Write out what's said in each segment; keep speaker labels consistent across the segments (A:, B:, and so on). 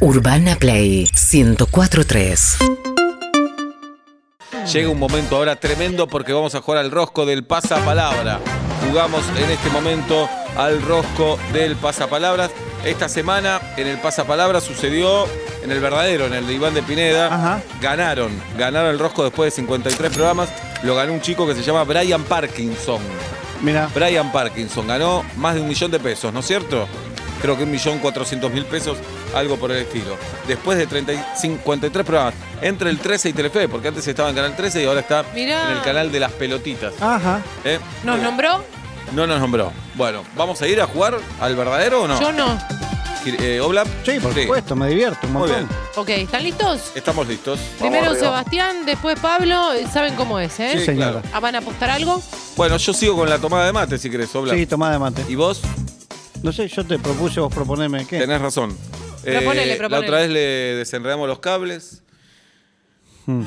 A: Urbana Play 1043.
B: Llega un momento ahora tremendo porque vamos a jugar al rosco del pasapalabra. Jugamos en este momento al rosco del pasapalabras. Esta semana en el pasapalabra sucedió en el verdadero, en el de Iván de Pineda.
C: Ajá.
B: Ganaron, ganaron el rosco después de 53 programas. Lo ganó un chico que se llama Brian Parkinson.
C: Mira,
B: Brian Parkinson ganó más de un millón de pesos, ¿no es cierto? Creo que un millón cuatrocientos mil pesos, algo por el estilo. Después de 30 y 53 programas, entre el 13 y Telefe, porque antes estaba en Canal 13 y ahora está
D: Mirá.
B: en el canal de las pelotitas.
C: ajá.
B: ¿eh?
D: ¿Nos nombró?
B: No nos nombró. Bueno, ¿vamos a ir a jugar al verdadero o no?
D: Yo no.
B: Eh, Oblap.
C: Sí, por supuesto, me divierto un
B: Muy
C: montón.
B: bien.
D: Ok, ¿están listos?
B: Estamos listos.
D: Primero Sebastián, después Pablo. Eh, Saben cómo es, ¿eh?
B: Sí,
C: señora.
B: claro.
D: Ah, ¿Van a apostar algo?
B: Bueno, yo sigo con la tomada de mate si querés, Oblap.
C: Sí, tomá de mate.
B: ¿Y vos?
C: No sé, yo te propuse vos proponerme qué.
B: Tenés razón. Eh,
D: Proponele,
B: La
D: proponele.
B: otra vez le desenredamos los cables.
C: Hmm.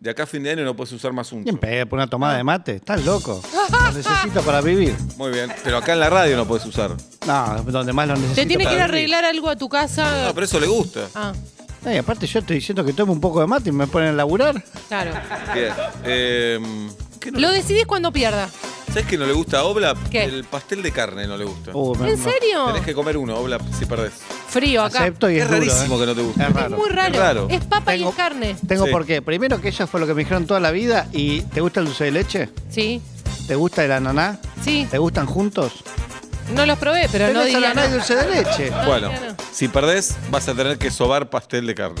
B: De acá a fin de año no puedes usar más un.
C: Bien, pe- por una tomada de mate. Estás loco. Lo necesito para vivir.
B: Muy bien. Pero acá en la radio no puedes usar.
C: No, donde más lo necesito.
D: Te tiene que ir a
C: para vivir.
D: arreglar algo a tu casa.
B: No, pero eso le gusta.
D: Ah,
C: Ay, Eh, aparte, yo estoy diciendo que tomo un poco de mate y me ponen a laburar.
D: claro.
B: Bien. Em, ¿qué no-
D: Lo decidís cuando pierda.
B: ¿Sabes que no le gusta a Oblap?
D: ¿Qué?
B: El pastel de carne no le gusta.
C: Uh, me-
D: ¿En
C: me-
D: serio?
B: Tenés que comer uno, Oblap, si perdés.
D: Frío acá.
C: Acepto y
B: Es
C: es, duro,
B: rarísimo
C: eh.
B: que no te guste.
C: Es
D: Es
C: raro.
D: muy raro.
B: Es
D: Es,
B: raro.
D: papa y
C: Tengo-
D: es carne.
C: Tengo
B: Sí.
C: por qué. Primero que eso fue lo que me dijeron toda la vida y ¿te gusta el dulce de leche?
D: Sí,
C: ¿Te gusta el ananá?
D: sí.
C: ¿Te gustan juntos?
D: No los probé, pero no
C: ¿Tenés
D: diría
C: ananá y
D: no.
C: dulce de leche?
D: No,
B: Bueno,
D: ya no.
B: si perdés, vas a tener que sobar pastel de carne.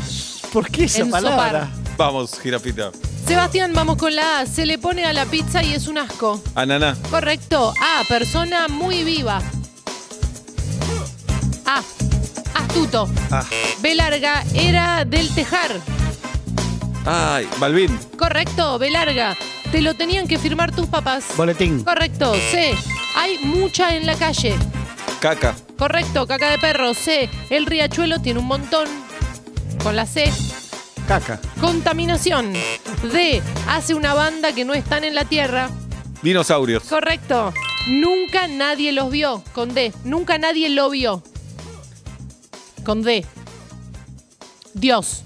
C: ¿Por qué esa
D: Ensopar.
C: palabra?
B: Vamos, jirafita.
D: Sebastián, vamos con la A. Se le pone a la pizza y es un asco.
B: Ananá.
D: Correcto. A, persona muy viva. A, astuto.
C: Ah.
D: B larga, era del tejar.
B: Ay, Balvin.
D: Correcto, B larga. Te lo tenían que firmar tus papás.
C: Boletín.
D: Correcto, C. Hay mucha en la calle.
B: Caca.
D: Correcto, caca de perro. C. El riachuelo tiene un montón. Con la C.
C: Caca.
D: Contaminación. D. Hace una banda que no están en la tierra.
B: Dinosaurios.
D: Correcto. Nunca nadie los vio. Con D. Nunca nadie lo vio. Con D. Dios.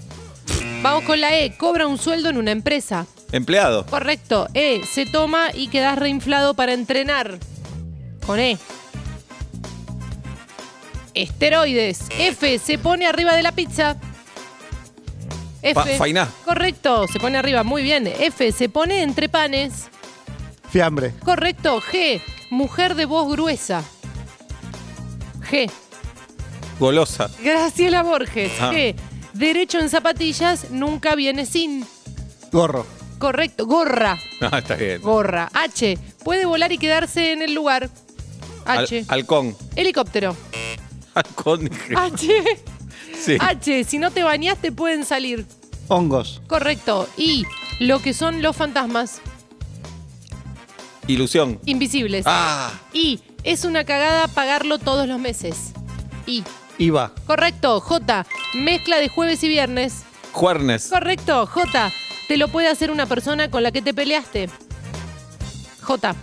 D: Vamos con la E. Cobra un sueldo en una empresa.
B: Empleado.
D: Correcto. E. Se toma y quedas reinflado para entrenar. Con E. Esteroides. F. Se pone arriba de la pizza. F.
B: Pa- fainá.
D: Correcto. Se pone arriba. Muy bien. F. Se pone entre panes.
C: Fiambre.
D: Correcto. G. Mujer de voz gruesa. G.
B: Golosa.
D: Graciela Borges.
B: Ah.
D: G. Derecho en zapatillas nunca viene sin.
C: Gorro.
D: Correcto. Gorra.
B: No, Ah, está bien.
D: Gorra. H. Puede volar y quedarse en el lugar.
B: Al-
D: H.
B: halcón.
D: Helicóptero.
B: Halcón, dije.
D: H.
B: Sí.
D: H. Si no te bañaste pueden salir.
C: Hongos.
D: Correcto. Y lo que son los fantasmas ah.
B: Ilusión.
D: invisibles.
B: Ah.
D: Y es una cagada pagarlo todos los meses. Y.
C: IVA.
D: Correcto. J. Mezcla de jueves y viernes.
B: Juernes.
D: Correcto. J. Te lo puede hacer una persona con la que te peleaste. J.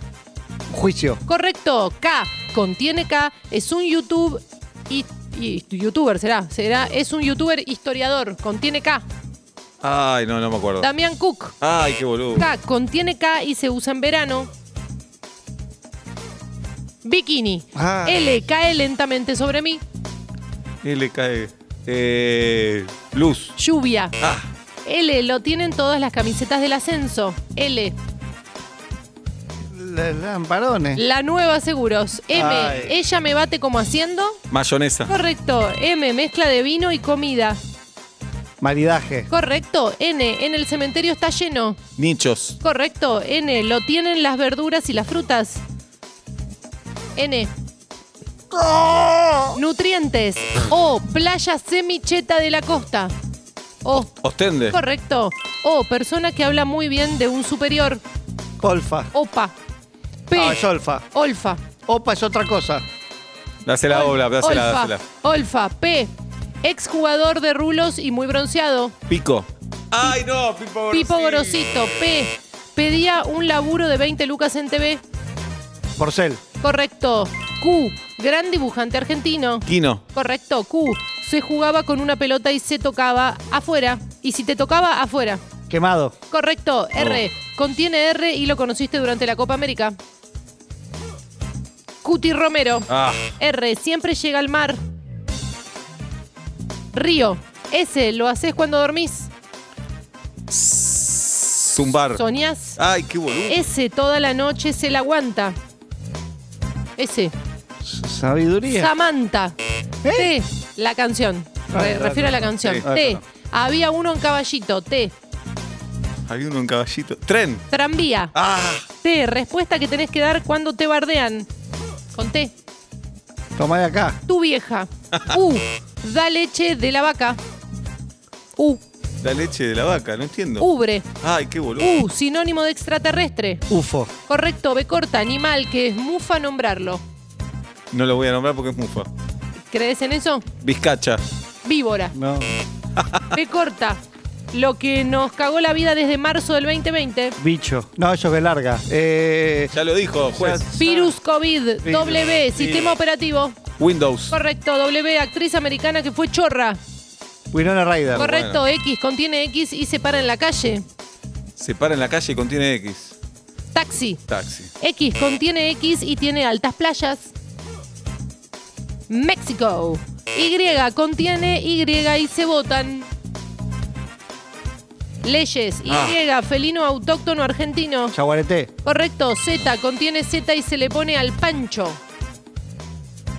C: Juicio.
D: Correcto, K, contiene K, es un YouTube y, y- youtuber será, será, es un youtuber historiador, contiene K.
B: Ay, no, no me acuerdo.
D: Damián Cook,
B: Ay, qué boludo.
D: K, contiene K y se usa en verano. Bikini.
C: Ah.
D: L cae lentamente sobre mí.
B: Y le cae. Eh, luz.
D: Lluvia.
B: Ah.
D: L lo tienen todas las camisetas del ascenso. L.
C: L- Lamparones.
D: La nueva seguros. M.
C: Ay.
D: Ella me bate como haciendo.
B: Mayonesa.
D: Correcto. M. Mezcla de vino y comida.
C: Maridaje.
D: Correcto, N, en el cementerio está lleno.
B: Nichos.
D: Correcto, N, lo tienen las verduras y las frutas. N.
C: ¡Oh!
D: Nutrientes. O, playa semicheta de la costa. O,
B: Ostende.
D: correcto. O, persona que habla muy bien de un superior.
C: Olfa.
D: Opa. P.
C: No, es olfa.
D: Olfa.
C: Opa es otra cosa.
B: Dásela, Obla, dásela,
D: olfa.
B: dásela.
D: Olfa. P. Exjugador de rulos y muy bronceado.
B: Pico. Ay, no, Pipo
D: Pipo Gorosito, P. Pedía un laburo de 20 lucas en TV.
C: Porcel.
D: Correcto. Q. Gran dibujante argentino.
B: Quino.
D: Correcto, Q. Se jugaba con una pelota y se tocaba afuera. Y si te tocaba, afuera.
C: Quemado.
D: Correcto, R. Contiene R y lo conociste durante la Copa América. Cuti Romero.
B: Ah,
D: R. Siempre llega al mar. Río. S. Lo haces cuando dormís.
B: zumbar.
D: Soñás.
B: Ay, qué boludo.
D: S. Toda la noche se la aguanta. S.
C: S- Sabiduría.
D: Samantha.
B: ¿Eh?
D: T. La canción. Re-
C: Ah,
D: refiero a la canción.
B: sí.
D: T. Había uno en caballito. T.
B: Había uno en caballito. Tren.
D: Tranvía.
B: Ah,
D: T. Respuesta que tenés que dar cuando te bardean. Con T.
C: Tomá de acá.
D: Tu vieja. U. Da leche de la vaca. U.
B: la leche de la vaca, no entiendo.
D: Ubre.
B: Ay, qué boludo.
D: U. Sinónimo de extraterrestre.
C: UFO.
D: Correcto, B corta, animal, que es mufa nombrarlo.
B: No lo voy a nombrar porque es mufa.
D: ¿Crees en eso?
B: Vizcacha.
D: Víbora.
C: No.
D: B corta, lo que nos cagó la vida desde marzo del 2020.
C: Bicho. No, eso es larga. Eh,
B: Ya lo dijo, juez.
D: Virus COVID,
C: Virus.
D: W, sistema operativo.
B: Windows.
D: Correcto, W, actriz americana que fue chorra.
C: Winona Ryder.
D: Correcto, X, contiene X y se para en la calle.
B: Se para en la calle y contiene X.
D: Taxi.
B: Taxi.
D: X contiene X y tiene altas playas. México. Y contiene Y y se votan. Leyes. Y
B: Ah.
D: felino autóctono argentino.
C: Chaguareté.
D: Correcto. Z contiene Z y se le pone al pancho.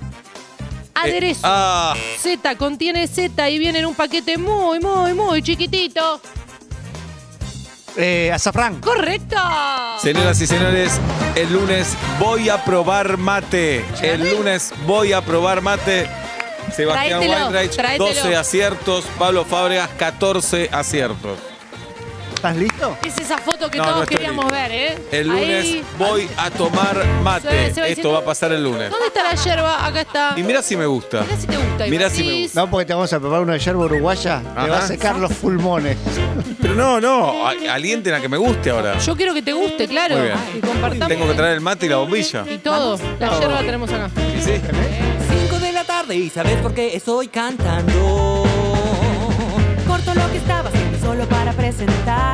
B: Eh,
D: Aderezo.
B: ah,
D: Z contiene Z y viene en un paquete muy, muy, muy chiquitito.
C: Eh, azafrán.
D: Correcto.
B: señoras y señores, el lunes voy a probar mate. El lunes voy a probar mate. Sebastián
D: Tráetelo,
B: Weinreich,
D: tráetelo.
B: 12 aciertos. Pablo Fábregas, 14 aciertos.
C: ¿Estás listo?
D: Es esa foto que
B: No,
D: todos
B: no estoy
D: queríamos ver, ¿eh?
B: El lunes
D: Ahí.
B: voy a tomar mate.
D: Se- se va
B: Esto
D: diciendo-
B: va a pasar el lunes.
D: ¿Dónde está la yerba? Acá está.
B: Y mira si me gusta.
D: Mirá si te gusta.
B: Mirá si me gusta.
C: No, porque te vamos a preparar una yerba uruguaya. Te va a
B: Ajá.
C: secar los pulmones.
B: Pero no, no. a- Alienten a que me guste ahora.
D: Yo quiero que te guste, claro.
B: Muy bien.
D: Y compartamos.
B: Tengo que traer el mate y la bombilla.
D: Y todo. La yerba la tenemos acá.
B: ¿Y sí?
E: 5 de la tarde y sabes por qué estoy cantando.
F: Corto lo que estaba haciendo solo para presentar.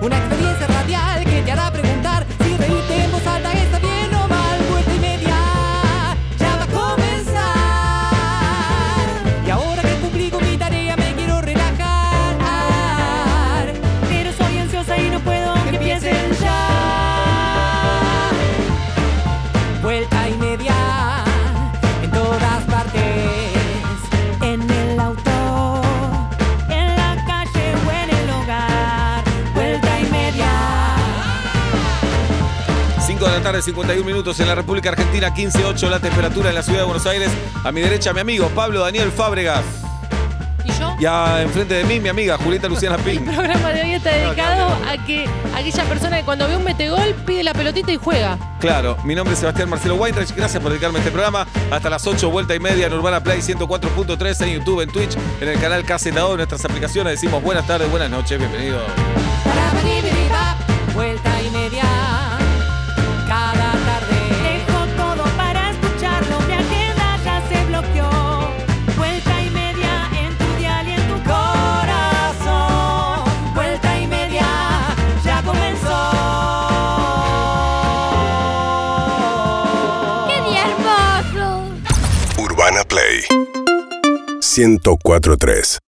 E: Una experiencia radial que te hará preguntar si reírte en voz alta está bien o mal. Vuelta y media ya va a comenzar. Y ahora que cumplí con mi tarea me quiero relajar.
F: Pero soy ansiosa y no puedo que empiecen ya.
E: Vuelta y media en todas partes.
F: En el auto, en la calle o en el hogar. Vuelta y media.
B: 5 de la tarde, 51 minutos en la República Argentina, 15.8 la temperatura en la ciudad de Buenos Aires. A mi derecha, mi amigo Pablo Daniel Fábregas.
D: ¿Y yo?
B: Y a- enfrente de mí, mi amiga Julieta Luciana
D: El
B: Pink.
D: programa de hoy está dedicado a que aquella persona que cuando ve un metegol pide la pelotita y juega.
B: Claro, mi nombre es Sebastián Marcelo Weinreich. Gracias por dedicarme a este programa. Hasta las 8, vuelta y media en Urbana Play 104.3, en YouTube, en Twitch, en el canal KZO, en nuestras aplicaciones. Decimos buenas tardes, buenas noches, bienvenido.
E: Parabiribiribap, Vuelta y media cada tarde.
F: Dejo todo para escucharlo. Mi agenda ya se bloqueó. Vuelta y media en tu dial y en tu corazón.
E: Vuelta y media ya comenzó.
F: ¡Qué día hermoso!
G: Urbana Play 1043